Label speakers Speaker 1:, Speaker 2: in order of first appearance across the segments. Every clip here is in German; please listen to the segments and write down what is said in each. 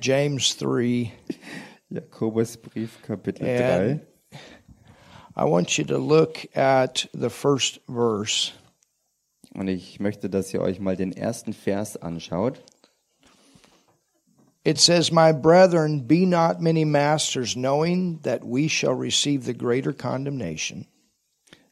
Speaker 1: James 3,
Speaker 2: Jakobusbrief Kapitel
Speaker 1: and
Speaker 2: 3.
Speaker 1: I want you to look at the first verse.
Speaker 2: Und ich möchte, dass ihr euch mal den ersten Vers anschaut.
Speaker 1: It says, My brethren, be not many masters, knowing that we shall receive the greater condemnation.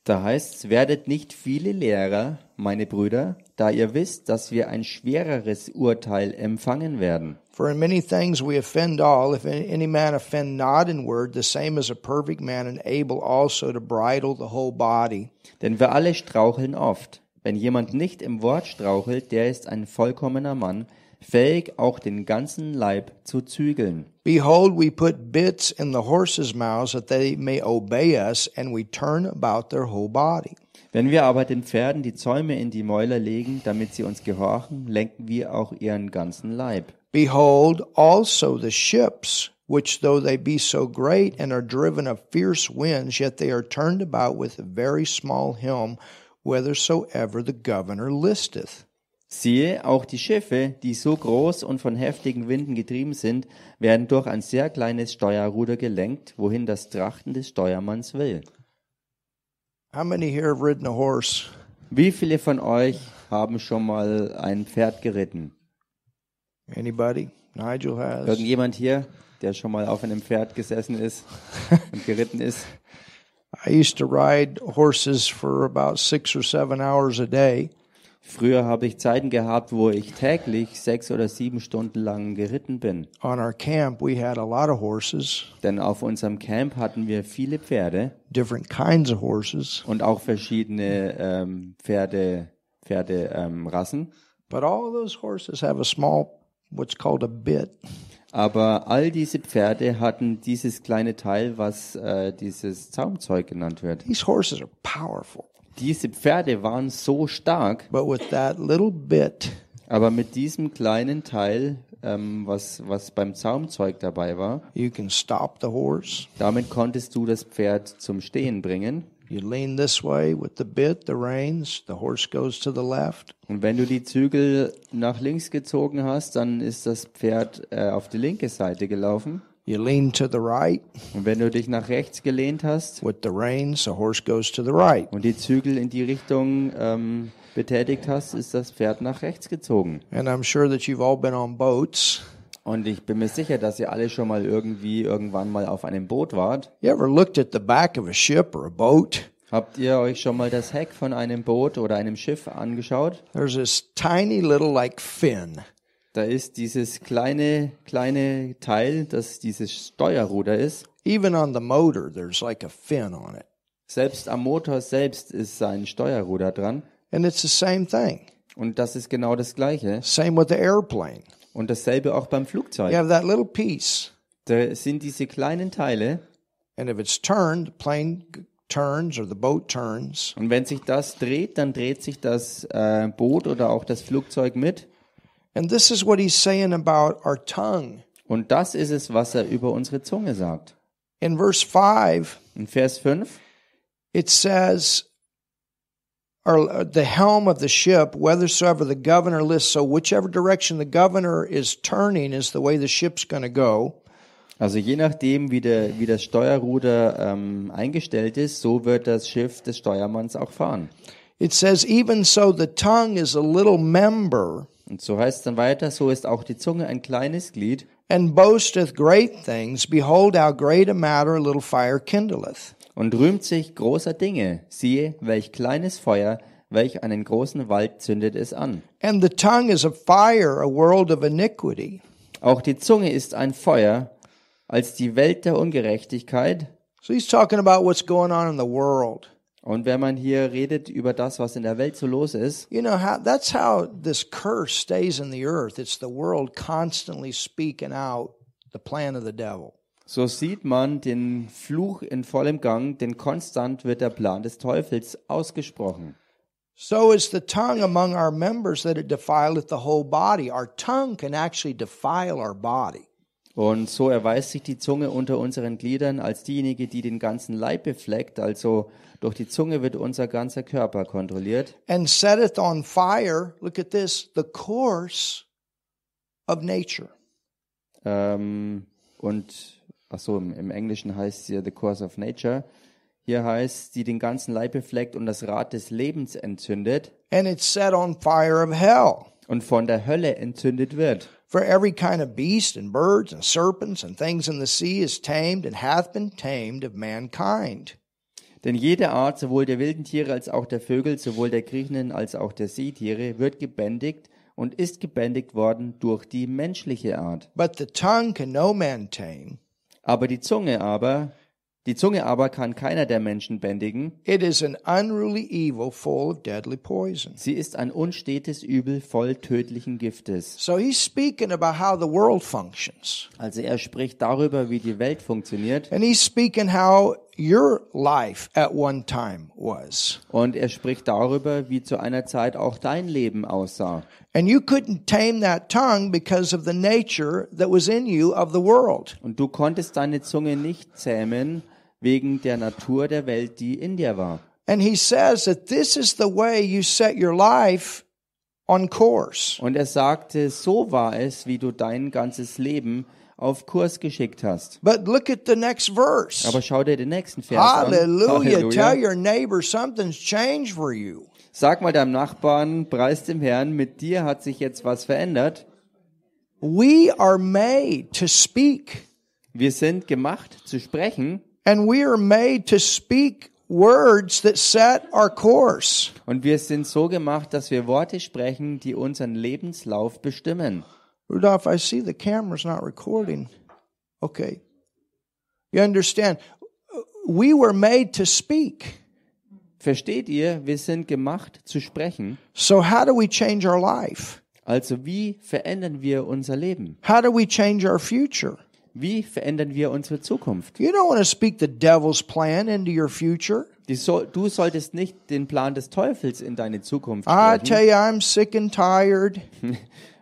Speaker 2: Da heißt's, werdet nicht viele Lehrer, meine Brüder, da ihr wisst, dass wir ein schwereres Urteil empfangen werden.
Speaker 1: For in many things we offend all. If any man offend not in word, the same is a perfect man and able also to bridle the whole body.
Speaker 2: Denn wir alle straucheln oft. Wenn jemand nicht im Wort strauchelt, der ist ein vollkommener Mann, fähig auch den ganzen Leib zu zügeln.
Speaker 1: Behold, we put bits in the horses' mouths that they may obey us, and we turn about their whole body.
Speaker 2: Wenn wir aber den Pferden die Zäume in die Mäuler legen, damit sie uns gehorchen, lenken wir auch ihren ganzen Leib.
Speaker 1: Behold also the ships, which though they be so great and are driven of fierce winds, yet they are turned about with a very small helm, whithersoever the governor listeth.
Speaker 2: Siehe, auch die Schiffe, die so groß und von heftigen Winden getrieben sind, werden durch ein sehr kleines Steuerruder gelenkt, wohin das Trachten des Steuermanns will.
Speaker 1: How many here have ridden a horse?
Speaker 2: Wie viele von euch haben schon mal ein Pferd geritten?
Speaker 1: Anybody? Nigel has.
Speaker 2: Irgendjemand hier, der schon mal auf einem Pferd gesessen ist und geritten ist?
Speaker 1: I used to ride horses for about six or seven hours a day.
Speaker 2: Früher habe ich Zeiten gehabt, wo ich täglich sechs oder sieben Stunden lang geritten bin.
Speaker 1: On our camp, we had a lot of horses,
Speaker 2: Denn auf unserem Camp hatten wir viele Pferde
Speaker 1: different kinds of horses,
Speaker 2: und auch verschiedene ähm, Pferde, Pferderassen. Ähm, Rassen.
Speaker 1: but all those horses have a small, what's called a bit.
Speaker 2: Aber all diese Pferde hatten dieses kleine Teil, was äh, dieses Zaumzeug genannt wird.
Speaker 1: These horses are powerful.
Speaker 2: Diese Pferde waren so stark,
Speaker 1: But with that little bit,
Speaker 2: aber mit diesem kleinen Teil, ähm, was, was beim Zaumzeug dabei war,
Speaker 1: you can stop the horse.
Speaker 2: damit konntest du das Pferd zum Stehen bringen.
Speaker 1: You lean this way with the bit, the reins, the horse goes to the left.
Speaker 2: Und wenn du die Zügel nach links gezogen hast, dann ist das Pferd äh, auf die linke Seite gelaufen.
Speaker 1: You lean to the right
Speaker 2: Und wenn du dich nach rechts gelehnt hast
Speaker 1: with the reins, the horse goes to the right.
Speaker 2: und die Zügel in die Richtung ähm, betätigt hast, ist das Pferd nach rechts gezogen.
Speaker 1: And I'm sure that you've all been on boats.
Speaker 2: Und ich bin mir sicher, dass ihr alle schon mal irgendwie irgendwann mal auf einem Boot wart.
Speaker 1: You ever looked at the back of a ship or a boat?
Speaker 2: Habt ihr euch schon mal das Heck von einem Boot oder einem Schiff angeschaut?
Speaker 1: There's this tiny little like fin.
Speaker 2: Da ist dieses kleine, kleine Teil, das dieses Steuerruder ist.
Speaker 1: Even on the motor, there's like a fin on it.
Speaker 2: Selbst am Motor selbst ist sein Steuerruder dran.
Speaker 1: And it's the same thing.
Speaker 2: Und das ist genau das Gleiche.
Speaker 1: Same with the airplane.
Speaker 2: Und dasselbe auch beim Flugzeug.
Speaker 1: You have that little piece.
Speaker 2: Da sind diese kleinen Teile.
Speaker 1: And if it's turned, the plane g- turns or the boat turns.
Speaker 2: Und wenn sich das dreht, dann dreht sich das äh, Boot oder auch das Flugzeug mit.
Speaker 1: And this is what he's saying about our tongue.
Speaker 2: Und das ist es, was er über unsere Zunge sagt.
Speaker 1: In verse 5,
Speaker 2: In Vers 5,
Speaker 1: it says, or uh, the helm of the ship, whithersoever the governor lists. So, whichever direction the governor is turning is the way the ship's going to go.
Speaker 2: also je nachdem, wie, der, wie das Steuerruder ähm, eingestellt ist, so wird das Schiff des Steuermanns auch fahren.
Speaker 1: It says, even so, the tongue is a little member
Speaker 2: Und so heißt es dann weiter, so ist auch die Zunge ein kleines Glied
Speaker 1: and boasteth great things. Behold, how great a matter a little fire kindleth.
Speaker 2: und rühmt sich großer Dinge. Siehe, welch kleines Feuer, welch einen großen Wald zündet es an.
Speaker 1: And the tongue is a fire, a world of iniquity.
Speaker 2: Auch die Zunge ist ein Feuer, als die Welt der Ungerechtigkeit.
Speaker 1: So he's talking about what's going on in the world.
Speaker 2: Und wenn man hier redet über das, was in der Welt so los ist,
Speaker 1: You know how that's how this curse stays in the earth. It's the world constantly speaking out the plan of the devil.
Speaker 2: so sieht man den Fluch in vollem Gang, denn konstant wird der Plan des Teufels ausgesprochen.
Speaker 1: So is the tongue among our members that it defileth the whole body. Our tongue can actually defile our body.
Speaker 2: Und so erweist sich die Zunge unter unseren Gliedern als diejenige, die den ganzen Leib befleckt, also durch die Zunge wird unser ganzer Körper kontrolliert
Speaker 1: And setteth on fire, look at this, the course of nature.
Speaker 2: Ähm, und ach so, im, im Englischen heißt sie The Course of Nature. Hier heißt sie den ganzen Leib befleckt und das Rad des Lebens entzündet
Speaker 1: and it's set on fire of hell.
Speaker 2: und von der Hölle entzündet wird.
Speaker 1: For every kind of beast and birds and serpents and things in the sea is tamed and hath been tamed of mankind.
Speaker 2: Denn jede Art, sowohl der wilden Tiere als auch der Vögel, sowohl der kriechenden als auch der Seetiere, wird gebändigt und ist gebändigt worden durch die menschliche Art.
Speaker 1: But the tongue can no man tame.
Speaker 2: Aber die Zunge aber, die Zunge aber kann keiner der Menschen bändigen.
Speaker 1: It is an unruly evil full of deadly poison.
Speaker 2: Sie ist ein unstetes Übel voll tödlichen Giftes.
Speaker 1: So he's speaking about how the world functions.
Speaker 2: Also er spricht darüber, wie die Welt funktioniert
Speaker 1: And he's speaking how your life at one time was.
Speaker 2: und er spricht darüber, wie zu einer Zeit auch dein Leben aussah.
Speaker 1: And you couldn't tame that tongue because of the nature that was in you of the world.
Speaker 2: Und du konntest deine Zunge nicht zähmen wegen der Natur der Welt, die in dir war.
Speaker 1: And he says that this is the way you set your life on course.
Speaker 2: Und er sagte, so war es, wie du dein ganzes Leben auf Kurs geschickt hast.
Speaker 1: But look at the next verse.
Speaker 2: Aber schau dir den nächsten Vers
Speaker 1: Hallelujah.
Speaker 2: an.
Speaker 1: Tell your neighbor something's changed for you.
Speaker 2: Sag mal deinem Nachbarn, preis dem Herrn, mit dir hat sich jetzt was verändert.
Speaker 1: We are made to speak,
Speaker 2: Wir sind gemacht zu sprechen
Speaker 1: and we are made to speak words that set our course.
Speaker 2: und wir sind so gemacht, dass wir Worte sprechen, die unseren Lebenslauf bestimmen.
Speaker 1: Rudolph, I see the camera's not recording. Okay. You understand? We were made to speak.
Speaker 2: Versteht ihr? Wir sind gemacht zu sprechen.
Speaker 1: So, how do we change our life?
Speaker 2: Also wie verändern wir unser Leben?
Speaker 1: How do we change our future?
Speaker 2: Wie verändern wir unsere Zukunft?
Speaker 1: You don't want to speak the devil's plan into your future.
Speaker 2: Die so, du solltest nicht den Plan des Teufels in deine Zukunft
Speaker 1: I
Speaker 2: sprechen.
Speaker 1: tell you, I'm sick and tired.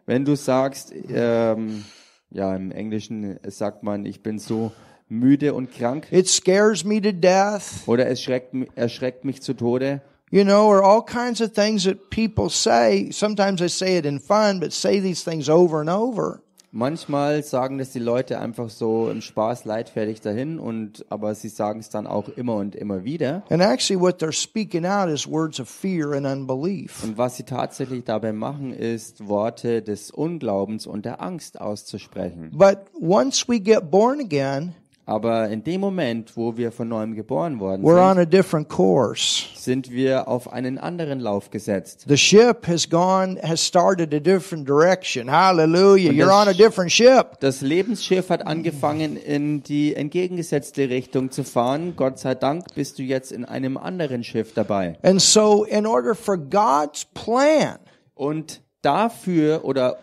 Speaker 2: Wenn du sagst, ähm, ja, im Englischen sagt man, ich bin so müde und krank
Speaker 1: It scares me to death.
Speaker 2: oder es schreckt, mi- erschreckt mich zu Tode
Speaker 1: You know, or all kinds of things that people say. Sometimes they say it in fun, but say these things over and over.
Speaker 2: Manchmal sagen das die Leute einfach so im Spaß leidfertig dahin und aber sie sagen es dann auch immer und immer wieder.
Speaker 1: And actually, what they're speaking out is words of fear and unbelief.
Speaker 2: Und was sie tatsächlich dabei machen, ist Worte des Unglaubens und der Angst auszusprechen.
Speaker 1: But once we get born again,
Speaker 2: Aber in dem Moment, wo wir von neuem geboren worden
Speaker 1: we're
Speaker 2: sind,
Speaker 1: on a different course.
Speaker 2: sind wir auf einen anderen Lauf gesetzt.
Speaker 1: The ship has gone, has started a different direction. Hallelujah.
Speaker 2: Und
Speaker 1: You're
Speaker 2: das-
Speaker 1: on a different ship.
Speaker 2: Das Lebensschiff hat angefangen, in die entgegengesetzte Richtung zu fahren. Gott sei Dank bist du jetzt in einem anderen Schiff dabei.
Speaker 1: And so, in order for God's plan
Speaker 2: Und dafür oder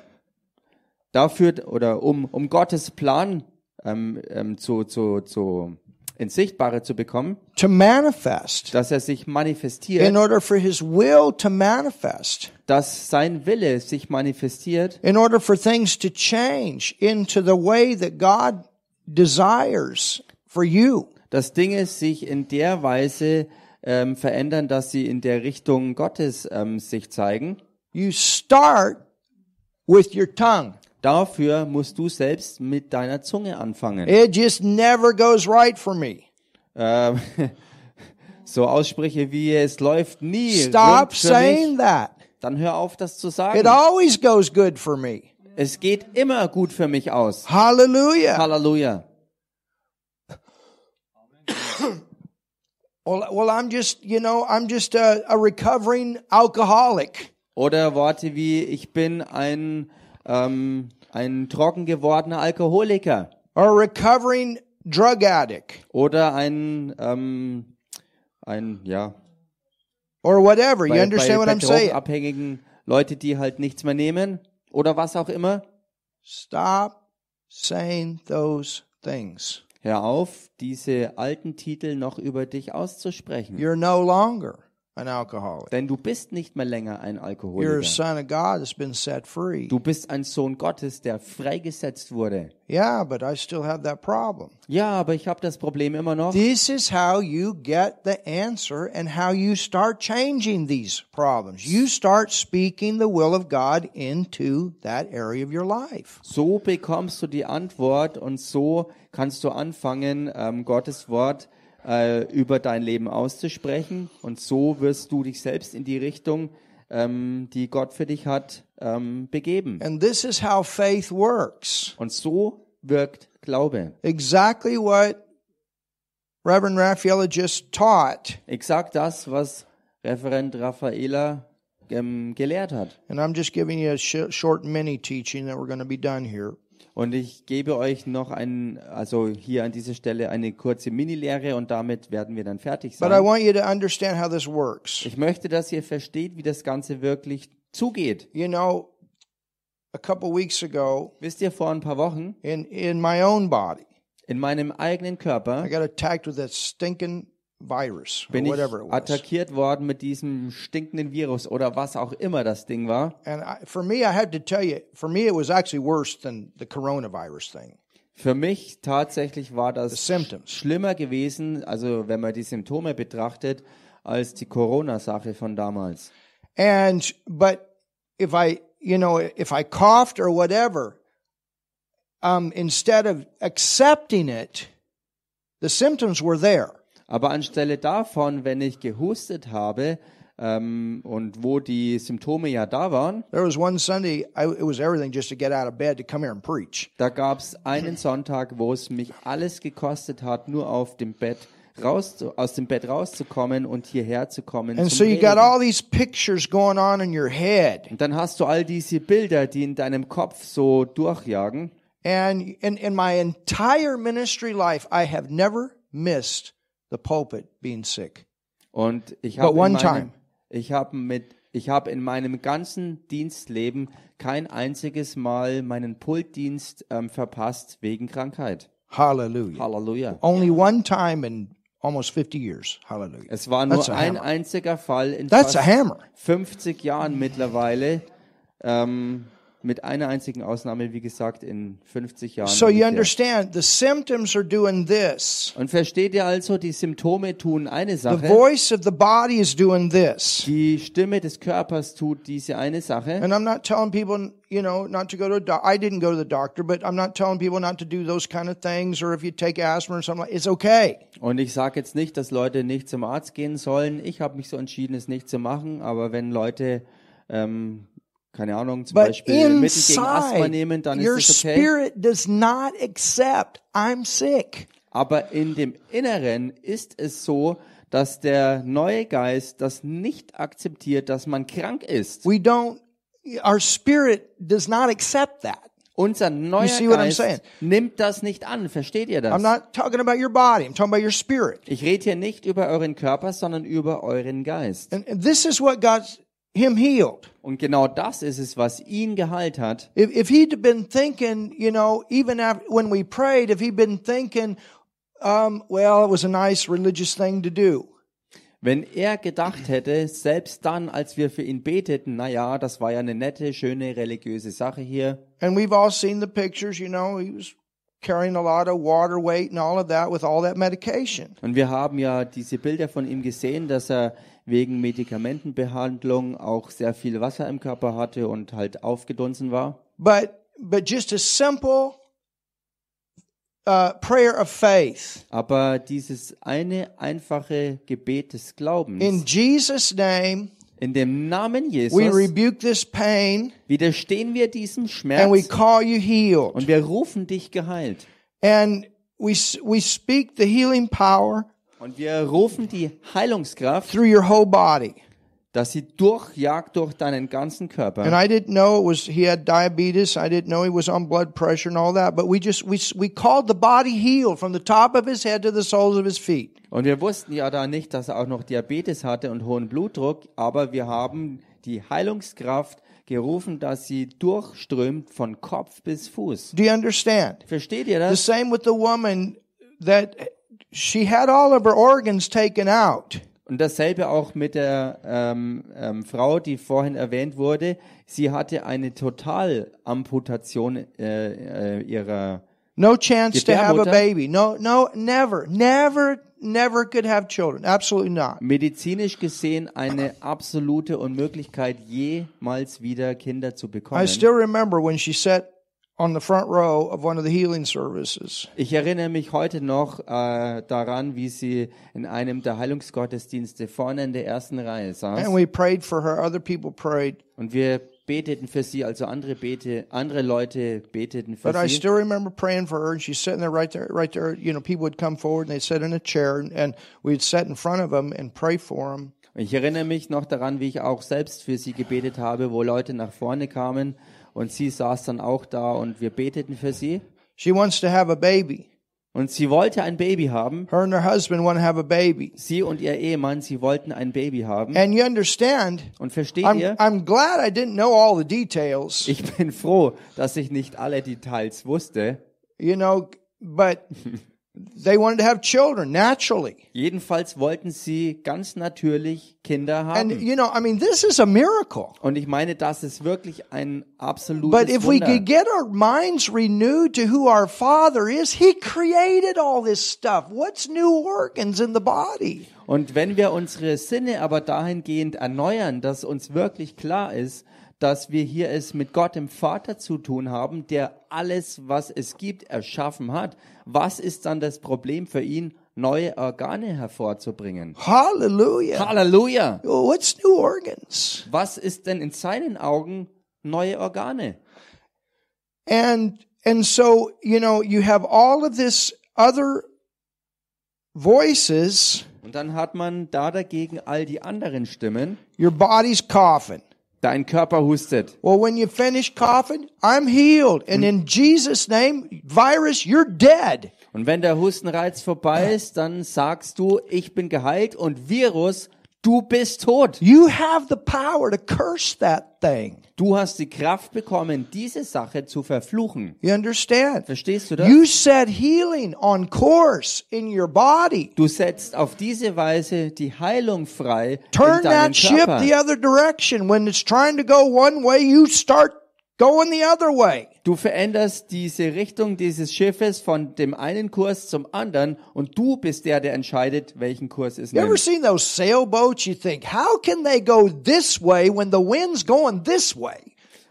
Speaker 2: dafür oder um, um Gottes Plan ähm, ähm, zu, zu, zu ins Sichtbare zu bekommen,
Speaker 1: to manifest,
Speaker 2: dass er sich
Speaker 1: in
Speaker 2: manifestiert,
Speaker 1: order for His will to manifest,
Speaker 2: dass sein Wille sich manifestiert,
Speaker 1: in order for things to change into the way that God desires for you,
Speaker 2: dass Dinge sich in der Weise ähm, verändern, dass sie in der Richtung Gottes ähm, sich zeigen.
Speaker 1: you start with your tongue.
Speaker 2: Dafür musst du selbst mit deiner Zunge anfangen.
Speaker 1: It just never goes right for me.
Speaker 2: Ähm, so Aussprüche wie es läuft nie.
Speaker 1: Stop
Speaker 2: rund für mich.
Speaker 1: saying Genau. that.
Speaker 2: Dann hör auf, das zu
Speaker 1: It
Speaker 2: sagen.
Speaker 1: always goes good for me.
Speaker 2: Es geht immer gut für mich aus.
Speaker 1: Hallelujah.
Speaker 2: Halleluja.
Speaker 1: Well, well, I'm just, you know, I'm just a, a recovering alcoholic.
Speaker 2: Oder Worte wie ich bin ein ähm, ein trocken gewordener Alkoholiker
Speaker 1: or a recovering drug addict
Speaker 2: oder ein ähm, ein ja
Speaker 1: or whatever. You
Speaker 2: bei, bei,
Speaker 1: understand what
Speaker 2: bei
Speaker 1: I'm saying?
Speaker 2: Drogenabhängigen Leute, die halt nichts mehr nehmen oder was auch immer.
Speaker 1: Stop saying those things.
Speaker 2: Hör auf, diese alten Titel noch über dich auszusprechen.
Speaker 1: You're no longer an alcoholic.
Speaker 2: Denn du bist nicht mehr länger ein
Speaker 1: You're a
Speaker 2: Alkoholiker.
Speaker 1: son of God that's been set free.
Speaker 2: Du bist ein Sohn Gottes, der freigesetzt wurde.
Speaker 1: Yeah, but I still have that problem.
Speaker 2: Ja, aber ich habe das Problem immer noch.
Speaker 1: This is how you get the answer and how you start changing these problems. You start speaking the will of God into that area of your life.
Speaker 2: So bekommst du die Antwort und so kannst du anfangen, ähm, Gottes Wort äh, über dein Leben auszusprechen und so wirst du dich selbst in die Richtung, ähm, die Gott für dich hat, ähm, begeben.
Speaker 1: And this is how faith works.
Speaker 2: Und so wirkt Glaube.
Speaker 1: Exactly what Reverend Raffaella just taught.
Speaker 2: Exakt das, was Referent Raffaela ähm, gelehrt hat.
Speaker 1: And I'm just giving you a sh- short mini teaching that we're going to be done here.
Speaker 2: Und ich gebe euch noch einen, also hier an dieser Stelle eine kurze Minilehre und damit werden wir dann fertig
Speaker 1: But I
Speaker 2: sein.
Speaker 1: want you to understand how this works.
Speaker 2: Ich möchte, dass ihr versteht, wie das Ganze wirklich zugeht.
Speaker 1: You know, a couple weeks ago
Speaker 2: Wisst ihr, vor ein paar Wochen
Speaker 1: in in my own body,
Speaker 2: in meinem eigenen
Speaker 1: I
Speaker 2: Körper
Speaker 1: got attacked with that stinking virus or
Speaker 2: bin ich
Speaker 1: whatever it was.
Speaker 2: attackiert worden mit diesem stinkenden Virus oder was auch immer das Ding war.
Speaker 1: And I, for me, I have to tell you, for me, it was actually worse than the coronavirus thing.
Speaker 2: Für mich tatsächlich war das
Speaker 1: The symptoms.
Speaker 2: sch- schlimmer gewesen, also wenn man die Symptome betrachtet, als die Corona-Sache von damals.
Speaker 1: And but if I, you know, if I coughed or whatever, um, instead of accepting it, the symptoms were there.
Speaker 2: Aber anstelle davon, wenn ich gehustet habe ähm, und wo die Symptome ja da waren,
Speaker 1: There was one Sunday, I, it was everything just to get out of bed to come here and preach.
Speaker 2: Da gab es einen Sonntag, wo es mich alles gekostet hat, nur auf dem Bett raus, aus dem Bett rauszukommen und hierher zu kommen.
Speaker 1: And
Speaker 2: zum
Speaker 1: so you got
Speaker 2: Reden.
Speaker 1: all these pictures going on in your head.
Speaker 2: und dann hast du all diese Bilder, die in deinem Kopf so durchjagen.
Speaker 1: And in, in my entire ministry life, I have never missed the pulpit being sick.
Speaker 2: Und ich
Speaker 1: But
Speaker 2: habe
Speaker 1: one
Speaker 2: in, meinem-
Speaker 1: time.
Speaker 2: ich hab mit- ich hab in meinem ganzen Dienstleben kein einziges Mal meinen Pultdienst ähm, verpasst wegen Krankheit.
Speaker 1: Hallelujah.
Speaker 2: Halleluja.
Speaker 1: Only one time in almost 50 years. Hallelujah.
Speaker 2: Es war
Speaker 1: That's
Speaker 2: nur
Speaker 1: a
Speaker 2: ein
Speaker 1: hammer.
Speaker 2: einziger Fall in
Speaker 1: That's a
Speaker 2: fast
Speaker 1: hammer.
Speaker 2: 50 Jahren mittlerweile, ähm, mit einer einzigen Ausnahme, wie gesagt, in 50 Jahren.
Speaker 1: So you
Speaker 2: ungefähr.
Speaker 1: understand, the symptoms are doing this.
Speaker 2: Und versteht ihr also, die Symptome tun eine
Speaker 1: The
Speaker 2: Sache,
Speaker 1: voice of the body is doing this.
Speaker 2: die Stimme des Körpers tut diese eine Sache.
Speaker 1: And I'm not telling people, you know, not to go to a doctor. I didn't go to the doctor, but I'm not telling people not to do those kind of things or if you take asthma or something like it's okay.
Speaker 2: Und ich sage jetzt nicht, dass Leute nicht zum Arzt gehen sollen. Ich habe mich so entschieden, es nicht zu machen. Aber wenn Leute, ähm, keine Ahnung, zum
Speaker 1: But
Speaker 2: Beispiel Mittel gegen Asthma
Speaker 1: inside,
Speaker 2: nehmen, dann
Speaker 1: your
Speaker 2: ist es okay.
Speaker 1: spirit does not accept I'm sick.
Speaker 2: Aber in dem Inneren ist es so, dass der neue Geist das nicht akzeptiert, dass man krank ist.
Speaker 1: We don't, our spirit does not accept that.
Speaker 2: Unser neuer
Speaker 1: see what I'm
Speaker 2: Geist
Speaker 1: saying?
Speaker 2: nimmt das nicht an. Versteht ihr
Speaker 1: I'm
Speaker 2: das?
Speaker 1: not talking about your body. I'm talking about your spirit.
Speaker 2: Ich rede hier nicht über euren Körper, sondern über euren Geist.
Speaker 1: And and this is what got him healed.
Speaker 2: Und genau das ist es, was ihn geheilt hat.
Speaker 1: If, if he'd been thinking, you know, even after, when we prayed, if he'd been thinking, um, well, it was a nice religious thing to do.
Speaker 2: Wenn er gedacht hätte, selbst dann, als wir für ihn beteten, naja, das war ja eine nette, schöne, religiöse Sache hier.
Speaker 1: And we've all seen the pictures, you know, he was carrying a lot of water weight and all of that with all that medication.
Speaker 2: Und wir haben ja diese Bilder von ihm gesehen, dass er wegen Medikamentenbehandlung auch sehr viel Wasser im Körper hatte und halt aufgedunsen war.
Speaker 1: But, but just a simple uh, prayer of faith.
Speaker 2: Aber dieses eine einfache Gebet des
Speaker 1: In
Speaker 2: Glaubens,
Speaker 1: Jesus' name,
Speaker 2: in dem Namen
Speaker 1: we
Speaker 2: Jesus
Speaker 1: rebuke this pain
Speaker 2: widerstehen wir diesem
Speaker 1: and we
Speaker 2: Schmerz
Speaker 1: call you healed.
Speaker 2: und wir rufen dich geheilt.
Speaker 1: And we, we speak the healing power
Speaker 2: Und wir rufen die Heilungskraft,
Speaker 1: through your whole body.
Speaker 2: dass sie durchjagt durch deinen ganzen
Speaker 1: And
Speaker 2: Körper.
Speaker 1: I didn't know it was, he had diabetes. I didn't know he was on blood pressure and all that. But we just, we, we called the body healed from the top of his head to the soles of his feet.
Speaker 2: Und wir wussten ja da nicht, dass er auch noch Diabetes hatte und hohen Blutdruck, aber wir haben die Heilungskraft gerufen, dass sie durchströmt von Kopf bis Fuß.
Speaker 1: Do you understand?
Speaker 2: Versteht ihr
Speaker 1: The
Speaker 2: das?
Speaker 1: same with the woman that she had all of her organs taken out.
Speaker 2: Und dasselbe auch mit der ähm, ähm, Frau, die vorhin erwähnt wurde. Sie hatte eine Totalamputation äh, äh, ihrer.
Speaker 1: No chance to have a
Speaker 2: Gebärmutter?
Speaker 1: baby. No, no, never, never, never could have children. Absolutely not.
Speaker 2: Medizinisch gesehen eine absolute Unmöglichkeit, jemals wieder Kinder zu
Speaker 1: I
Speaker 2: bekommen.
Speaker 1: still remember when she sat on the front row of one of the healing services.
Speaker 2: Ich erinnere mich heute noch äh, daran, wie sie in einem der Heilungsgottesdienste vorne in der ersten Reihe saß.
Speaker 1: And we prayed for her. Other people prayed.
Speaker 2: Und wir beteten für sie, also andere, bete, andere Leute beteten für
Speaker 1: But I
Speaker 2: sie.
Speaker 1: still remember praying for her, and she's sitting there, right there, right there. You know, people would come forward and they'd sit in a chair, and, and we'd sit in front of them and pray for them.
Speaker 2: Und Ich erinnere mich noch daran, wie ich auch selbst für sie gebetet habe, wo Leute nach vorne kamen und sie saß dann auch da und wir beteten für sie.
Speaker 1: She wants to have a baby.
Speaker 2: Und sie wollte ein Baby haben.
Speaker 1: Her and her husband want to have a baby.
Speaker 2: Sie und ihr Ehemann, sie wollten ein Baby haben.
Speaker 1: And you understand,
Speaker 2: Und versteht
Speaker 1: I'm,
Speaker 2: ihr?
Speaker 1: I'm glad I didn't know all the details,
Speaker 2: Ich bin froh, dass ich nicht alle Details wusste.
Speaker 1: you know, but they wanted to have children naturally.
Speaker 2: Jedenfalls wollten sie ganz natürlich Kinder
Speaker 1: And,
Speaker 2: haben.
Speaker 1: you know, I mean, this is a miracle.
Speaker 2: Und ich meine, das ist wirklich ein absolutes
Speaker 1: But if we
Speaker 2: Wunder.
Speaker 1: could get our minds renewed to who our Father is, He created all this stuff. What's new organs in the body?
Speaker 2: Und wenn wir unsere Sinne aber dahingehend erneuern, dass uns wirklich klar ist, dass wir hier es mit Gott dem Vater zu tun haben, der alles, was es gibt, erschaffen hat, was ist dann das Problem für ihn, neue Organe hervorzubringen?
Speaker 1: Hallelujah.
Speaker 2: Halleluja!
Speaker 1: Well, What's new organs?
Speaker 2: Was ist denn in seinen Augen neue Organe?
Speaker 1: And and so, you know, you have all of this other voices,
Speaker 2: Und dann hat man da dagegen all die anderen Stimmen.
Speaker 1: your body's coughing.
Speaker 2: Dein Körper hustet.
Speaker 1: Well, when you finish coughing, I'm healed. And in Jesus' name, virus, you're dead.
Speaker 2: Und wenn der Hustenreiz vorbei ist, dann sagst du, ich bin geheilt und Virus, du bist tot.
Speaker 1: You have the power to curse that thing.
Speaker 2: Du hast die Kraft bekommen, diese Sache zu verfluchen.
Speaker 1: You understand?
Speaker 2: Verstehst du das?
Speaker 1: You set healing on course in your body.
Speaker 2: Du setzt auf diese Weise die Heilung frei in
Speaker 1: Turn
Speaker 2: deinem
Speaker 1: that ship
Speaker 2: Körper.
Speaker 1: the other direction. When it's trying to go one way, you start going the other way.
Speaker 2: Du veränderst diese Richtung dieses Schiffes von dem einen Kurs zum anderen und du bist der, der entscheidet, welchen Kurs es
Speaker 1: You ever
Speaker 2: nimmt.
Speaker 1: seen those sailboats? You think, how can they go this way when the wind's going this way?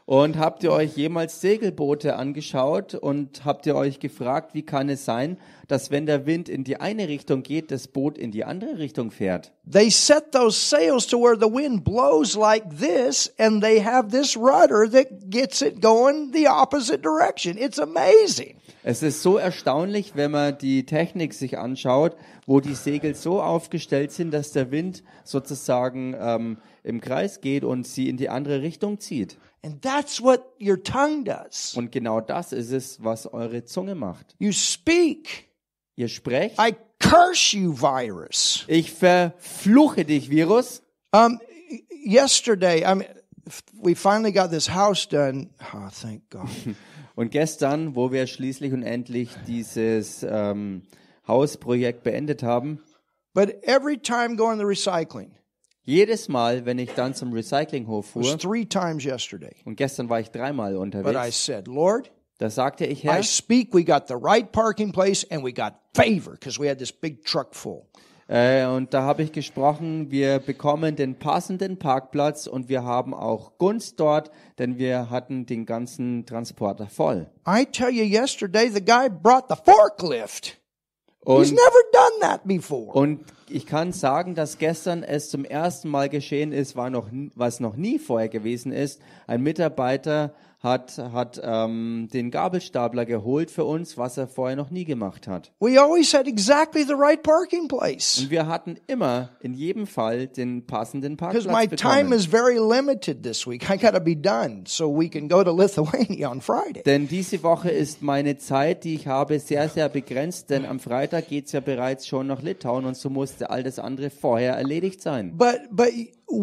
Speaker 2: Und habt ihr euch jemals Segelboote angeschaut und habt ihr euch gefragt, wie kann es sein, dass wenn der Wind in die eine Richtung geht, das Boot in die andere Richtung fährt?
Speaker 1: They set those sails to where the wind blows like this, and they have this rudder that gets it going the opposite direction. It's amazing.
Speaker 2: Es ist so erstaunlich, wenn man die Technik sich anschaut, wo die Segel so aufgestellt sind, dass der Wind sozusagen ähm, im Kreis geht und sie in die andere Richtung zieht.
Speaker 1: And that's what your tongue does.
Speaker 2: Und genau das ist es, was eure Zunge macht.
Speaker 1: You speak.
Speaker 2: Ihr sprecht.
Speaker 1: I curse you, virus.
Speaker 2: Ich verfluche dich, Virus.
Speaker 1: Um, y- yesterday, I mean, f- we finally got this house done. Oh, thank God.
Speaker 2: Und gestern, wo wir schließlich und endlich dieses ähm, Hausprojekt beendet haben,
Speaker 1: but every time going to recycling
Speaker 2: jedes Mal, wenn ich dann zum Recyclinghof
Speaker 1: was
Speaker 2: fuhr,
Speaker 1: three times yesterday.
Speaker 2: und gestern war ich dreimal
Speaker 1: But I
Speaker 2: unterwegs,
Speaker 1: said, Lord,
Speaker 2: da sagte ich,
Speaker 1: I
Speaker 2: Herr,
Speaker 1: speak. We got the right parking place, and we got favor because we had this big truck full.
Speaker 2: äh, und da habe ich gesprochen, wir bekommen den passenden Parkplatz und wir haben auch Gunst dort, denn wir hatten den ganzen Transporter voll.
Speaker 1: I tell you, yesterday the guy brought the forklift. He's
Speaker 2: Und
Speaker 1: never done that before.
Speaker 2: Und ich kann sagen, dass gestern es zum ersten Mal geschehen ist, war noch, n- was noch nie vorher gewesen ist. Ein Mitarbeiter hat, hat ähm, den Gabelstapler geholt für uns, was er vorher noch nie gemacht hat.
Speaker 1: We always had exactly the right parking place.
Speaker 2: Und wir hatten immer in jedem Fall den passenden Parkplatz
Speaker 1: Because my time
Speaker 2: bekommen.
Speaker 1: is very limited this week. I got to be done so we can go to Lithuania on Friday.
Speaker 2: Denn diese Woche ist meine Zeit, die ich habe, sehr, sehr begrenzt, denn am Freitag geht's ja bereits schon nach Litauen und so musste all das andere vorher erledigt sein.
Speaker 1: But but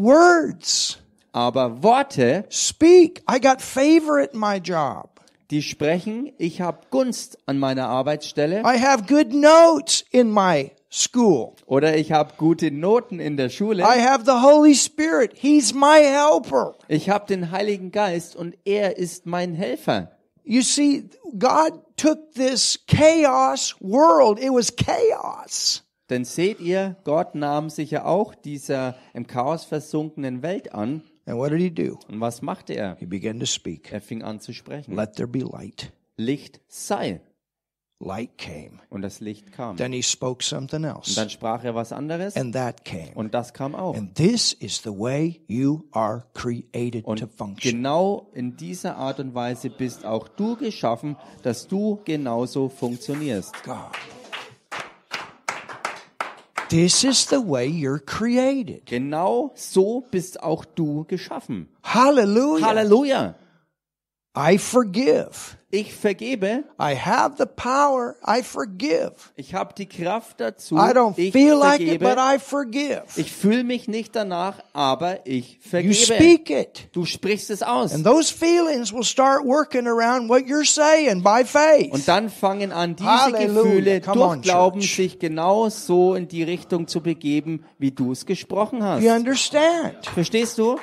Speaker 1: words
Speaker 2: Aber Worte
Speaker 1: speak. I got favor at my job.
Speaker 2: die sprechen, ich habe Gunst an meiner Arbeitsstelle.
Speaker 1: I have good notes in my school.
Speaker 2: Oder ich habe gute Noten in der Schule.
Speaker 1: I have the Holy Spirit. He's my helper.
Speaker 2: Ich habe den Heiligen Geist und er ist mein Helfer.
Speaker 1: You see, God took this chaos world. It was chaos.
Speaker 2: Denn seht ihr, Gott nahm sich ja auch dieser im Chaos versunkenen Welt an.
Speaker 1: And what did he do?
Speaker 2: Und was machte er?
Speaker 1: He began to speak.
Speaker 2: Er fing an zu sprechen.
Speaker 1: Let there be light.
Speaker 2: Licht sei.
Speaker 1: Light came.
Speaker 2: Und das Licht kam. Und
Speaker 1: Then he spoke something else.
Speaker 2: dann sprach er was anderes
Speaker 1: And that came.
Speaker 2: und das kam auch.
Speaker 1: And this is the way you are created to
Speaker 2: Und
Speaker 1: function.
Speaker 2: genau in dieser Art und Weise bist auch du geschaffen, dass du genauso funktionierst.
Speaker 1: God. This is the way you're created.
Speaker 2: Genau so bist auch du geschaffen.
Speaker 1: Hallelujah.
Speaker 2: Halleluja!
Speaker 1: I forgive.
Speaker 2: Ich vergebe,
Speaker 1: I have the power. I forgive.
Speaker 2: ich habe die Kraft dazu.
Speaker 1: I don't
Speaker 2: Ich
Speaker 1: feel like it, but
Speaker 2: vergebe.
Speaker 1: I forgive.
Speaker 2: Ich fühle mich nicht danach, aber ich
Speaker 1: You
Speaker 2: vergebe.
Speaker 1: speak it.
Speaker 2: Du sprichst es aus.
Speaker 1: And those feelings will start working around what you're saying by faith.
Speaker 2: Und dann fangen an, diese
Speaker 1: Halleluja.
Speaker 2: Gefühle
Speaker 1: Come
Speaker 2: durch
Speaker 1: on,
Speaker 2: Glauben
Speaker 1: Church.
Speaker 2: sich genau so in die Richtung zu begeben, wie du es gesprochen hast.
Speaker 1: you understand?
Speaker 2: Verstehst du?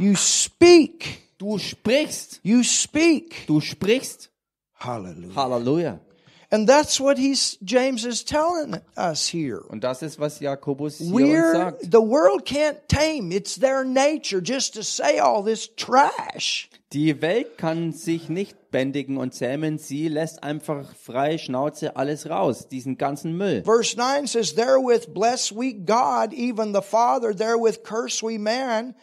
Speaker 1: You speak.
Speaker 2: Du sprichst.
Speaker 1: You speak.
Speaker 2: Du sprichst.
Speaker 1: Hallelujah.
Speaker 2: Halleluja.
Speaker 1: And that's what he's James is telling us here.
Speaker 2: Und das ist, was Jakobus hier uns
Speaker 1: We're
Speaker 2: sagt.
Speaker 1: the world can't tame. It's their nature just to say all this trash.
Speaker 2: Die Welt kann sich nicht bändigen und zähmen. Sie lässt einfach frei Schnauze alles raus. Diesen ganzen Müll.
Speaker 1: Verse 9 says, Therewith bless we God, even the Father, therewith curse we man,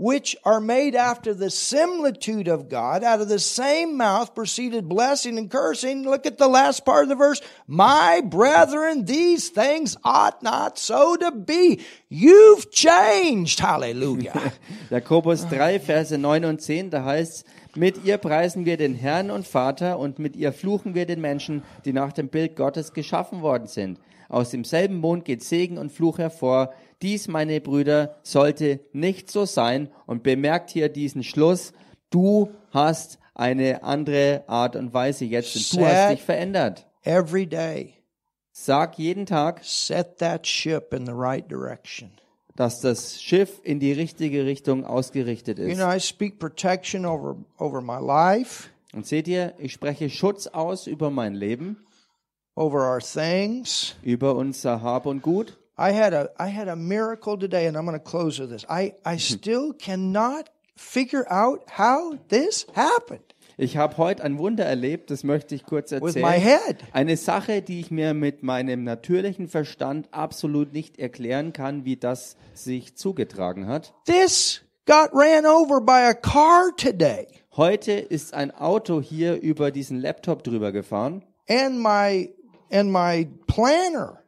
Speaker 1: which are made after the similitude of God. Out of the same mouth proceeded blessing and cursing. Look at the last part of the verse. My brethren, these things ought not so to be. You've changed. Hallelujah.
Speaker 2: Jakobus 3, Verse 9 und 10, da heißt mit ihr preisen wir den Herrn und Vater und mit ihr fluchen wir den Menschen, die nach dem Bild Gottes geschaffen worden sind. Aus demselben Mund geht Segen und Fluch hervor. Dies, meine Brüder, sollte nicht so sein. Und bemerkt hier diesen Schluss, du hast eine andere Art und Weise jetzt und du hast dich verändert.
Speaker 1: Every day,
Speaker 2: Sag jeden Tag,
Speaker 1: set that ship in the right direction.
Speaker 2: dass das Schiff in die richtige Richtung ausgerichtet
Speaker 1: You
Speaker 2: ist.
Speaker 1: know, I speak protection over, over my life,
Speaker 2: Und seht ihr, ich spreche Schutz aus über mein Leben,
Speaker 1: over our things.
Speaker 2: über unser Hab und Gut.
Speaker 1: I had a I had a miracle today, and I'm going to close with this. I I still cannot figure out how this happened
Speaker 2: Ich habe heute ein Wunder erlebt, das möchte ich kurz
Speaker 1: with my
Speaker 2: erzählen.
Speaker 1: head.
Speaker 2: Eine Sache, die ich mir mit meinem natürlichen Verstand absolut nicht erklären kann, wie das sich zugetragen hat.
Speaker 1: This got ran over by a car today,
Speaker 2: Heute ist ein Auto hier über diesen Laptop drüber gefahren
Speaker 1: and my and my planner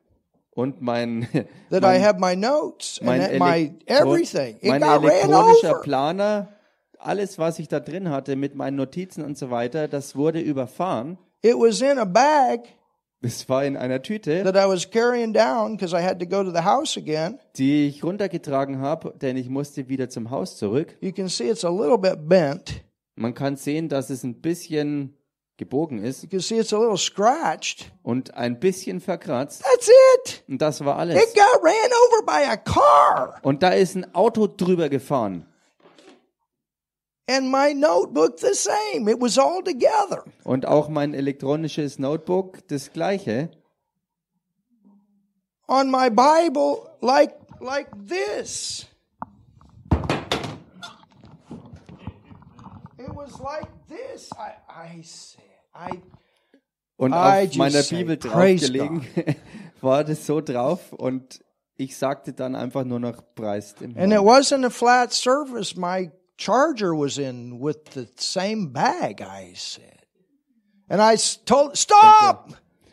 Speaker 2: und mein,
Speaker 1: that I
Speaker 2: mein,
Speaker 1: have my notes and
Speaker 2: mein,
Speaker 1: that- my
Speaker 2: Elektro-
Speaker 1: everything. It
Speaker 2: mein
Speaker 1: got ran
Speaker 2: elektronischer
Speaker 1: over.
Speaker 2: Planer, alles was ich da drin hatte mit meinen Notizen und so weiter, das wurde überfahren.
Speaker 1: It was in a bag
Speaker 2: Es war in einer Tüte,
Speaker 1: that I was carrying down because I had to go to the house again.
Speaker 2: die ich runtergetragen habe, denn ich musste wieder zum Haus zurück.
Speaker 1: You can see it's a little bit bent.
Speaker 2: Man kann sehen, dass es ein bisschen gebogen ist
Speaker 1: You can see it's a little scratched.
Speaker 2: und ein bisschen verkratzt.
Speaker 1: That's it.
Speaker 2: Und das war
Speaker 1: It
Speaker 2: alles.
Speaker 1: got ran over by a car.
Speaker 2: Und da ist ein Auto drüber gefahren.
Speaker 1: And my notebook the same. It was all together.
Speaker 2: Und auch mein elektronisches Notebook, das gleiche.
Speaker 1: On my Bible, like like this. It was like this. I I said I
Speaker 2: Und
Speaker 1: I
Speaker 2: auf
Speaker 1: just
Speaker 2: meiner
Speaker 1: say,
Speaker 2: Bibel
Speaker 1: praise
Speaker 2: draufgelegen war das so drauf. Und ich sagte dann einfach nur noch Preis dem
Speaker 1: and
Speaker 2: Herrn.
Speaker 1: it wasn't a flat surface. My charger was in with the same bag. I said, and I s- told stop.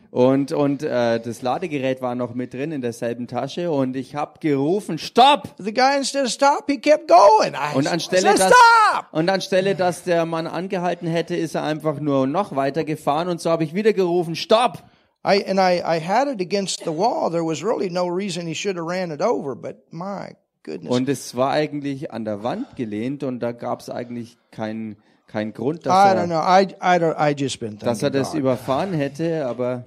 Speaker 2: Und, und äh, das Ladegerät war noch mit drin in derselben Tasche und ich habe gerufen, stopp!
Speaker 1: The guy instead of stop, he kept going. I
Speaker 2: Und
Speaker 1: said,
Speaker 2: anstelle, dass,
Speaker 1: stop.
Speaker 2: und anstelle, dass der Mann angehalten hätte, ist er einfach nur noch weiter gefahren und so habe ich wieder gerufen, stopp!
Speaker 1: I and I, I had it against the wall. There was really no reason he should have ran it over, but my goodness.
Speaker 2: Und es war eigentlich an der Wand gelehnt und da gab es eigentlich keinen keinen Grund,
Speaker 1: I
Speaker 2: dass
Speaker 1: don't
Speaker 2: er,
Speaker 1: know. I I don't I just been
Speaker 2: dass
Speaker 1: thinking.
Speaker 2: er das
Speaker 1: God.
Speaker 2: überfahren hätte, aber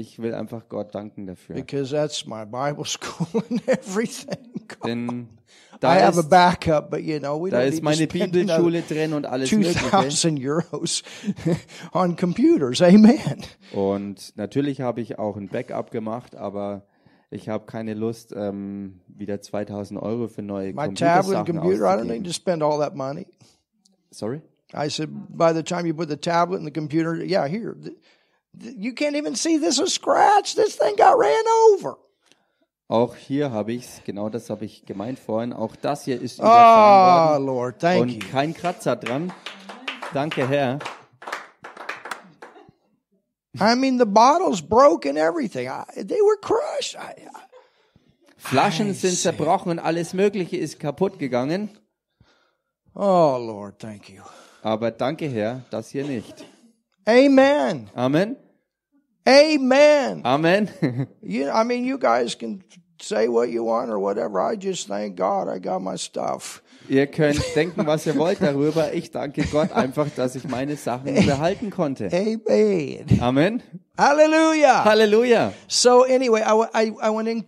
Speaker 2: Ich will einfach Gott danken dafür.
Speaker 1: because that's my Bible school and everything.
Speaker 2: Denn
Speaker 1: I
Speaker 2: da
Speaker 1: have a
Speaker 2: ist,
Speaker 1: backup, but you know, we
Speaker 2: da
Speaker 1: don't
Speaker 2: ist
Speaker 1: need to
Speaker 2: meine
Speaker 1: spend another
Speaker 2: Bibelschule drin und alles Mögliche.
Speaker 1: 2,000 euros on computers. Amen.
Speaker 2: Und natürlich habe ich auch ein Backup gemacht, aber ich habe keine Lust, ähm, wieder 2000 Euro für neue
Speaker 1: My tablet and
Speaker 2: Computersachen
Speaker 1: computer, I don't
Speaker 2: auszugeben.
Speaker 1: need to spend all that money.
Speaker 2: Sorry?
Speaker 1: I said, by the time you put the tablet and the computer, yeah, here. th- th- You can't even see this is scratch. This thing got ran over.
Speaker 2: Auch hier habe ich es, genau das habe ich gemeint vorhin, auch das hier ist
Speaker 1: Oh,
Speaker 2: überfahren worden
Speaker 1: Lord, thank
Speaker 2: und
Speaker 1: you.
Speaker 2: kein Kratzer dran. Danke, Herr.
Speaker 1: I mean, the bottles broke and everything. I, they were crushed. I, I,
Speaker 2: Flaschen sind zerbrochen und alles Mögliche ist kaputt gegangen.
Speaker 1: oh, Lord, thank you.
Speaker 2: Aber danke, Herr, das hier nicht.
Speaker 1: Amen.
Speaker 2: Amen.
Speaker 1: Amen.
Speaker 2: Amen.
Speaker 1: You, I mean, you guys can say what you want or whatever. I just thank God I got my stuff.
Speaker 2: ihr könnt denken, was ihr wollt darüber. Ich danke Gott einfach, dass ich meine Sachen behalten konnte.
Speaker 1: Amen.
Speaker 2: Amen.
Speaker 1: Hallelujah.
Speaker 2: Halleluja.
Speaker 1: So anyway, I, wa- I, I want to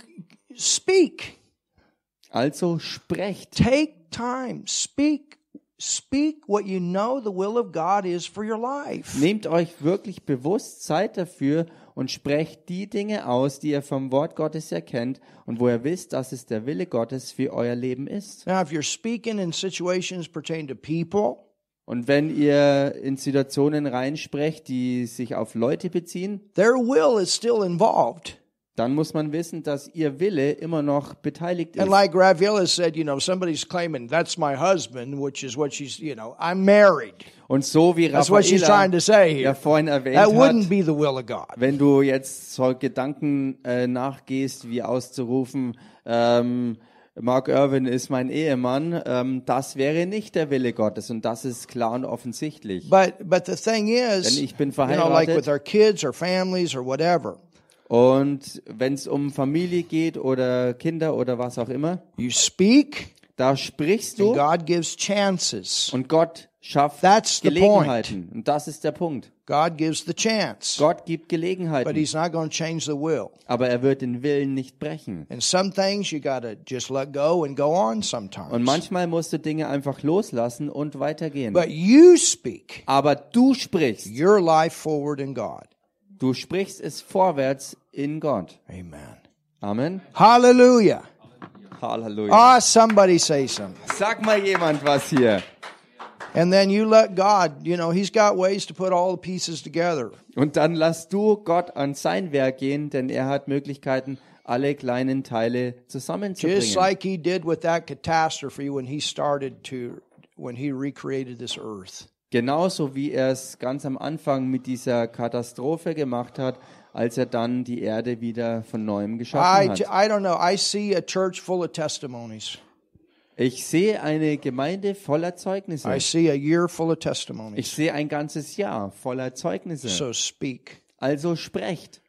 Speaker 1: speak.
Speaker 2: Also sprecht.
Speaker 1: Take time. Speak. Speak what you know the will of God is for your life.
Speaker 2: Nehmt euch wirklich bewusst Zeit dafür und sprecht die Dinge aus, die ihr vom Wort Gottes erkennt und wo ihr wisst, dass es der Wille Gottes für euer Leben ist.
Speaker 1: Now, if you're speaking in situations pertain to people,
Speaker 2: Und wenn ihr in Situationen reinsprecht, die sich auf Leute beziehen,
Speaker 1: their will is still involved.
Speaker 2: dann muss man wissen, dass ihr Wille immer noch beteiligt ist.
Speaker 1: And like Graviola said, you know, somebody's claiming that's my husband, which is what she's, you know, I'm married.
Speaker 2: Und so wie
Speaker 1: That's what she's
Speaker 2: Raffaella
Speaker 1: trying to say
Speaker 2: ja
Speaker 1: here.
Speaker 2: vorhin erwähnt
Speaker 1: That wouldn't
Speaker 2: hat,
Speaker 1: be the will of God.
Speaker 2: wenn du jetzt so Gedanken äh, nachgehst, wie auszurufen, ähm, Mark Irwin ist mein Ehemann, ähm, das wäre nicht der Wille Gottes und das ist klar und offensichtlich.
Speaker 1: But but the thing is,
Speaker 2: Denn ich bin
Speaker 1: you know, like
Speaker 2: verheiratet.
Speaker 1: with our kids or families or whatever,
Speaker 2: Und wenn es um Familie geht oder Kinder oder was auch immer,
Speaker 1: you speak
Speaker 2: da sprichst
Speaker 1: and
Speaker 2: du
Speaker 1: God gives chances.
Speaker 2: und Gott schafft
Speaker 1: That's the
Speaker 2: Gelegenheiten. Und das ist der Punkt.
Speaker 1: God gives the chance.
Speaker 2: Gott gibt
Speaker 1: But
Speaker 2: Gelegenheiten,
Speaker 1: he's not going to change the will.
Speaker 2: aber er wird den Willen nicht brechen.
Speaker 1: And some things you got to just let go and go on
Speaker 2: Und
Speaker 1: sometimes.
Speaker 2: manchmal musst du Dinge einfach loslassen und weitergehen.
Speaker 1: But you speak
Speaker 2: Aber du sprichst.
Speaker 1: your life forward in God.
Speaker 2: Du sprichst es vorwärts in Gott.
Speaker 1: Amen.
Speaker 2: Amen.
Speaker 1: Hallelujah.
Speaker 2: Halleluja.
Speaker 1: Ah, somebody say something.
Speaker 2: Sag mal jemand was hier.
Speaker 1: And then you let God, you know, he's got ways to put all the pieces together.
Speaker 2: Und dann lass du Gott an sein Werk gehen, denn er hat Möglichkeiten, alle kleinen Teile
Speaker 1: Just
Speaker 2: zusammenzubringen.
Speaker 1: like he did with that catastrophe when he started to, when he recreated this earth.
Speaker 2: Genauso wie er es ganz am Anfang mit dieser Katastrophe gemacht hat, als er dann die Erde wieder von neuem
Speaker 1: I,
Speaker 2: geschaffen hat.
Speaker 1: I don't know. I see a church full of testimonies.
Speaker 2: Ich sehe eine Gemeinde voller Zeugnisse.
Speaker 1: I see a year full of testimonies.
Speaker 2: Ich sehe ein ganzes Jahr voller Zeugnisse.
Speaker 1: So speak.
Speaker 2: Also sprecht.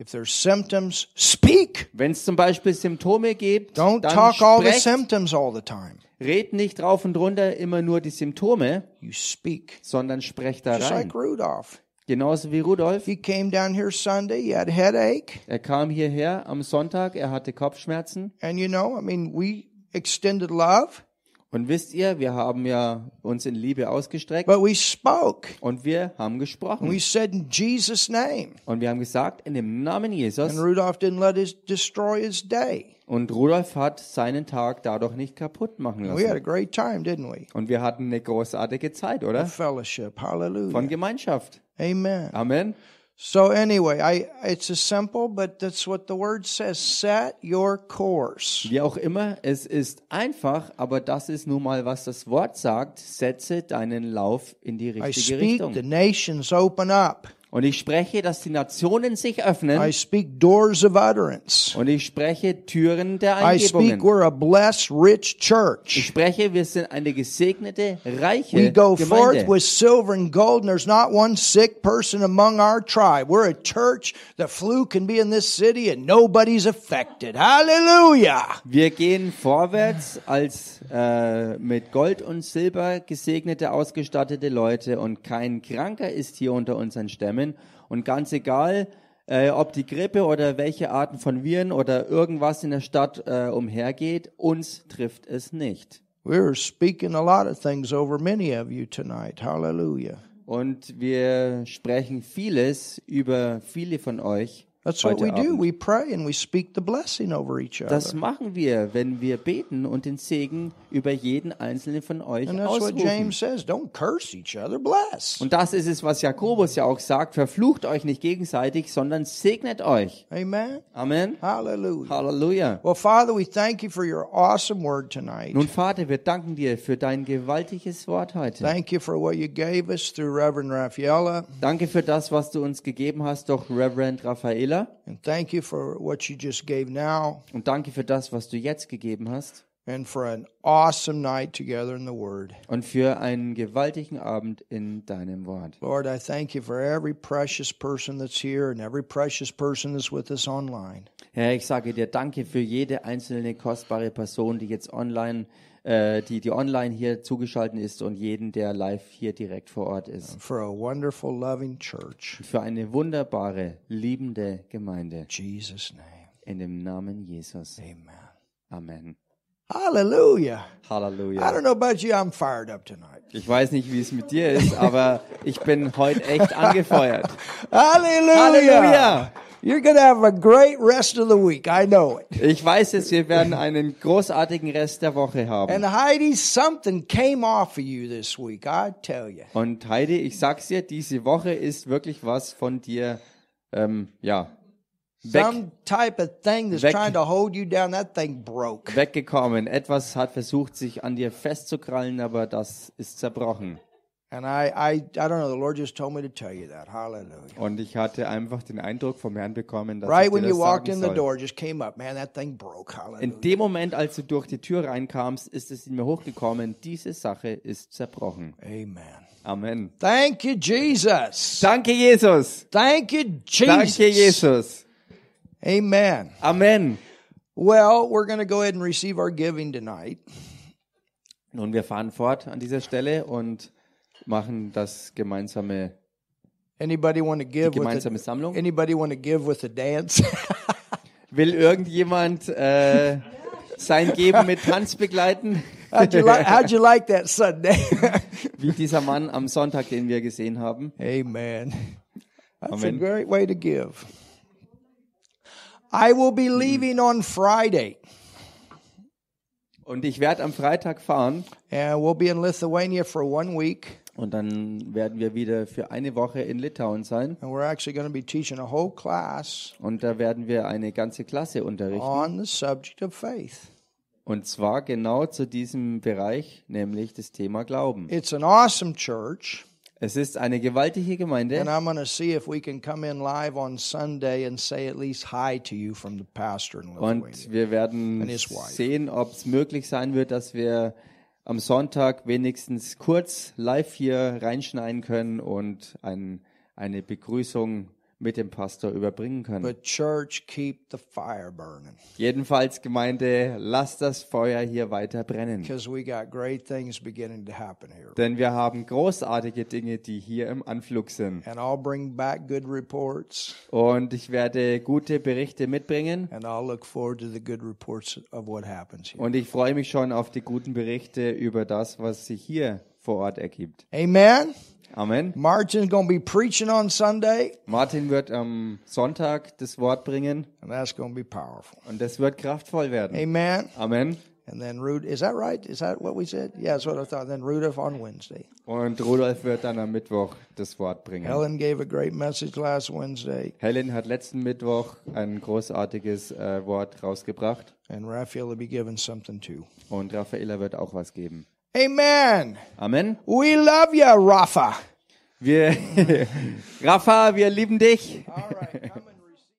Speaker 1: If there's symptoms, speak.
Speaker 2: Wenn es zum Beispiel Symptome gibt,
Speaker 1: Don't
Speaker 2: dann
Speaker 1: talk all the
Speaker 2: sprecht.
Speaker 1: symptoms all the time.
Speaker 2: Red nicht rauf und runter immer nur die Symptome,
Speaker 1: You speak.
Speaker 2: sondern sprecht da
Speaker 1: Just
Speaker 2: rein.
Speaker 1: like Rudolph.
Speaker 2: Genauso wie Rudolf.
Speaker 1: He came down here Sunday. He had a headache.
Speaker 2: Er kam hierher am Sonntag, er hatte Kopfschmerzen.
Speaker 1: And you know, I mean, we extended love,
Speaker 2: Und wisst ihr, wir haben ja uns in Liebe ausgestreckt
Speaker 1: but we spoke.
Speaker 2: und wir
Speaker 1: And
Speaker 2: haben
Speaker 1: we
Speaker 2: gesprochen.
Speaker 1: said in Jesus' name.
Speaker 2: Und wir haben gesagt, in dem Namen
Speaker 1: And
Speaker 2: Jesus.
Speaker 1: Rudolph didn't let his destroy his day.
Speaker 2: Und Rudolf hat seinen Tag dadurch nicht kaputt machen
Speaker 1: We had a
Speaker 2: lassen.
Speaker 1: great time, didn't we?
Speaker 2: Und wir hatten eine großartige Zeit, oder?
Speaker 1: Fellowship.
Speaker 2: Von
Speaker 1: Hallelujah.
Speaker 2: Gemeinschaft.
Speaker 1: Amen.
Speaker 2: Amen.
Speaker 1: So anyway, I it's a simple, but that's what the word says. Set your course.
Speaker 2: Wie auch immer, es ist einfach, aber das ist nun mal, was das Wort sagt. Setze deinen Lauf in die
Speaker 1: I
Speaker 2: richtige
Speaker 1: speak the
Speaker 2: Richtung.
Speaker 1: nations open up.
Speaker 2: Und ich spreche, dass die Nationen sich
Speaker 1: I
Speaker 2: öffnen.
Speaker 1: speak doors of utterance.
Speaker 2: Und ich spreche Türen der
Speaker 1: I speak
Speaker 2: Eingebungen.
Speaker 1: we're a blessed, rich
Speaker 2: Ich
Speaker 1: church.
Speaker 2: spreche, wir sind eine gesegnete,
Speaker 1: We
Speaker 2: reiche
Speaker 1: go forth
Speaker 2: Gemeinde.
Speaker 1: with silver and gold, and there's not one sick person among our tribe. We're a church. The flu can be in this city, and nobody's affected. Hallelujah.
Speaker 2: Wir gehen vorwärts als äh, mit Gold und Silber gesegnete, ausgestattete Leute und kein Kranker ist hier unter unseren Stämmen. Und ganz egal, äh, ob die Grippe oder welche Arten von Viren oder irgendwas in der Stadt äh, umhergeht, uns trifft es nicht.
Speaker 1: We're speaking a lot of things over many of you tonight. Hallelujah.
Speaker 2: Und wir sprechen vieles über viele von euch.
Speaker 1: That's what
Speaker 2: heute
Speaker 1: we do.
Speaker 2: Abend.
Speaker 1: We pray and we speak the blessing over each
Speaker 2: Das
Speaker 1: other.
Speaker 2: machen wir, wenn wir beten und den Segen über jeden einzelnen von euch
Speaker 1: And that's what
Speaker 2: ausrufen.
Speaker 1: James says. Don't curse each other, bless.
Speaker 2: Und das ist es, was Jakobus ja auch sagt. Verflucht euch nicht gegenseitig, sondern segnet euch.
Speaker 1: Amen.
Speaker 2: Amen.
Speaker 1: Hallelujah.
Speaker 2: Halleluja.
Speaker 1: Well, Father, we thank you for your awesome word tonight.
Speaker 2: Nun, Vater, wir danken dir für dein gewaltiges Wort heute.
Speaker 1: Thank you for what you gave us through Reverend Rafaela,
Speaker 2: Danke für das, was du uns gegeben hast durch Reverend Raffaella.
Speaker 1: and thank you for what you just gave now,
Speaker 2: Und danke für das, was du jetzt gegeben hast.
Speaker 1: and for an awesome night together in the Word.
Speaker 2: Und für einen gewaltigen Abend in deinem Wort.
Speaker 1: Lord, I thank you for every precious person that's here and every precious person that's with us online.
Speaker 2: Herr, ich sage dir danke für jede einzelne kostbare Person, die jetzt online, äh, die, die online hier zugeschaltet ist und jeden, der live hier direkt vor Ort ist.
Speaker 1: for a wonderful, loving church.
Speaker 2: Für eine wunderbare, liebende Gemeinde.
Speaker 1: In Jesus' name.
Speaker 2: In dem Namen Jesus.
Speaker 1: Amen.
Speaker 2: Amen.
Speaker 1: Hallelujah. I
Speaker 2: Halleluja.
Speaker 1: don't know about you, I'm fired up tonight.
Speaker 2: Ich weiß nicht, wie es mit dir ist, aber ich bin heute echt angefeuert.
Speaker 1: Hallelujah.
Speaker 2: Hallelujah.
Speaker 1: You're going to have a great rest of the week. I know it.
Speaker 2: Ich weiß es, wir werden einen großartigen Rest der Woche haben.
Speaker 1: And Heidi, something came off of you this week, I tell you.
Speaker 2: Und Heidi, ich sag's dir, diese Woche ist wirklich was von dir, ähm, ja, weg,
Speaker 1: Some type of thing that's
Speaker 2: Weg.
Speaker 1: trying to hold you down, that thing broke.
Speaker 2: weggekommen. Etwas hat versucht, sich an dir festzukrallen, aber das ist zerbrochen.
Speaker 1: And I, I, I don't know, the Lord just told me to tell you that. Hallelujah.
Speaker 2: Und ich hatte einfach den Eindruck vom Herrn bekommen, dass ich
Speaker 1: Right
Speaker 2: dir
Speaker 1: when you
Speaker 2: das
Speaker 1: walked
Speaker 2: sagen
Speaker 1: in the
Speaker 2: soll.
Speaker 1: door, it just came up. Man, that thing broke. Hallelujah.
Speaker 2: In dem Moment, als du durch die Tür reinkamst, ist es in mir hochgekommen. Diese Sache ist zerbrochen.
Speaker 1: Amen.
Speaker 2: Amen.
Speaker 1: Thank you, Jesus.
Speaker 2: Danke, Jesus.
Speaker 1: Thank you, Jesus.
Speaker 2: Danke, Jesus.
Speaker 1: Amen.
Speaker 2: Amen.
Speaker 1: Well, we're going to go ahead and receive our giving tonight.
Speaker 2: Nun, wir fahren fort an dieser Stelle und machen das gemeinsame,
Speaker 1: Anybody want to give with
Speaker 2: gemeinsame
Speaker 1: a,
Speaker 2: Sammlung.
Speaker 1: anybody want to give with a dance?
Speaker 2: Will irgendjemand äh, sein Geben mit Tanz begleiten?
Speaker 1: how'd, you like, how'd you like that Sunday?
Speaker 2: Wie dieser Mann am Sonntag, den wir gesehen haben.
Speaker 1: Amen. That's a
Speaker 2: Amen.
Speaker 1: great way to give. I will be leaving on Friday,
Speaker 2: Und ich werde am Freitag fahren
Speaker 1: and we'll be in Lithuania for one week.
Speaker 2: und dann werden wir wieder für eine Woche in Litauen sein.
Speaker 1: And we're actually going to be teaching a whole class
Speaker 2: Und da werden wir eine ganze Klasse unterrichten.
Speaker 1: on the subject of faith.
Speaker 2: Und zwar genau zu diesem Bereich, nämlich das Thema Glauben.
Speaker 1: It's an awesome church.
Speaker 2: Es ist eine gewaltige
Speaker 1: And
Speaker 2: Gemeinde.
Speaker 1: I'm going to see if we can come in live on Sunday and say at least hi to you from the pastor in Lithuania.
Speaker 2: Und wir werden
Speaker 1: And his wife.
Speaker 2: sehen, ob es möglich sein wird, dass wir am Sonntag wenigstens kurz live hier reinschneiden können und ein, eine Begrüßung mit dem Pastor überbringen können.
Speaker 1: But church, keep the fire burning
Speaker 2: Jedenfalls, Gemeinde, lasst das Feuer hier weiter brennen.
Speaker 1: because we got great things beginning to happen here.
Speaker 2: Denn wir haben großartige Dinge, die hier im Anflug sind.
Speaker 1: And I'll bring back good reports,
Speaker 2: Und ich werde gute Berichte mitbringen.
Speaker 1: and I'll look forward to the good reports of what happens here.
Speaker 2: Und ich freue mich schon auf die guten Berichte über das, was sich hier vor Ort ergibt.
Speaker 1: Amen.
Speaker 2: Amen.
Speaker 1: Martin's going to be preaching on Sunday,
Speaker 2: Martin wird am Sonntag das Wort bringen
Speaker 1: and that's going to be powerful.
Speaker 2: und das wird kraftvoll werden.
Speaker 1: Amen.
Speaker 2: Amen.
Speaker 1: And then Rude, is that right? Is that what we said? Yeah, that's what I thought. then Rudolph on Wednesday.
Speaker 2: Und Rudolf wird dann am Mittwoch das Wort bringen.
Speaker 1: Helen gave a great message last Wednesday.
Speaker 2: Helen hat letzten Mittwoch ein großartiges äh, Wort rausgebracht
Speaker 1: And Raphael will be given something too.
Speaker 2: und Raffaella wird auch was geben.
Speaker 1: Amen.
Speaker 2: Amen.
Speaker 1: We love you, Rafa.
Speaker 2: Wir, Rafa, wir lieben dich.
Speaker 1: All right.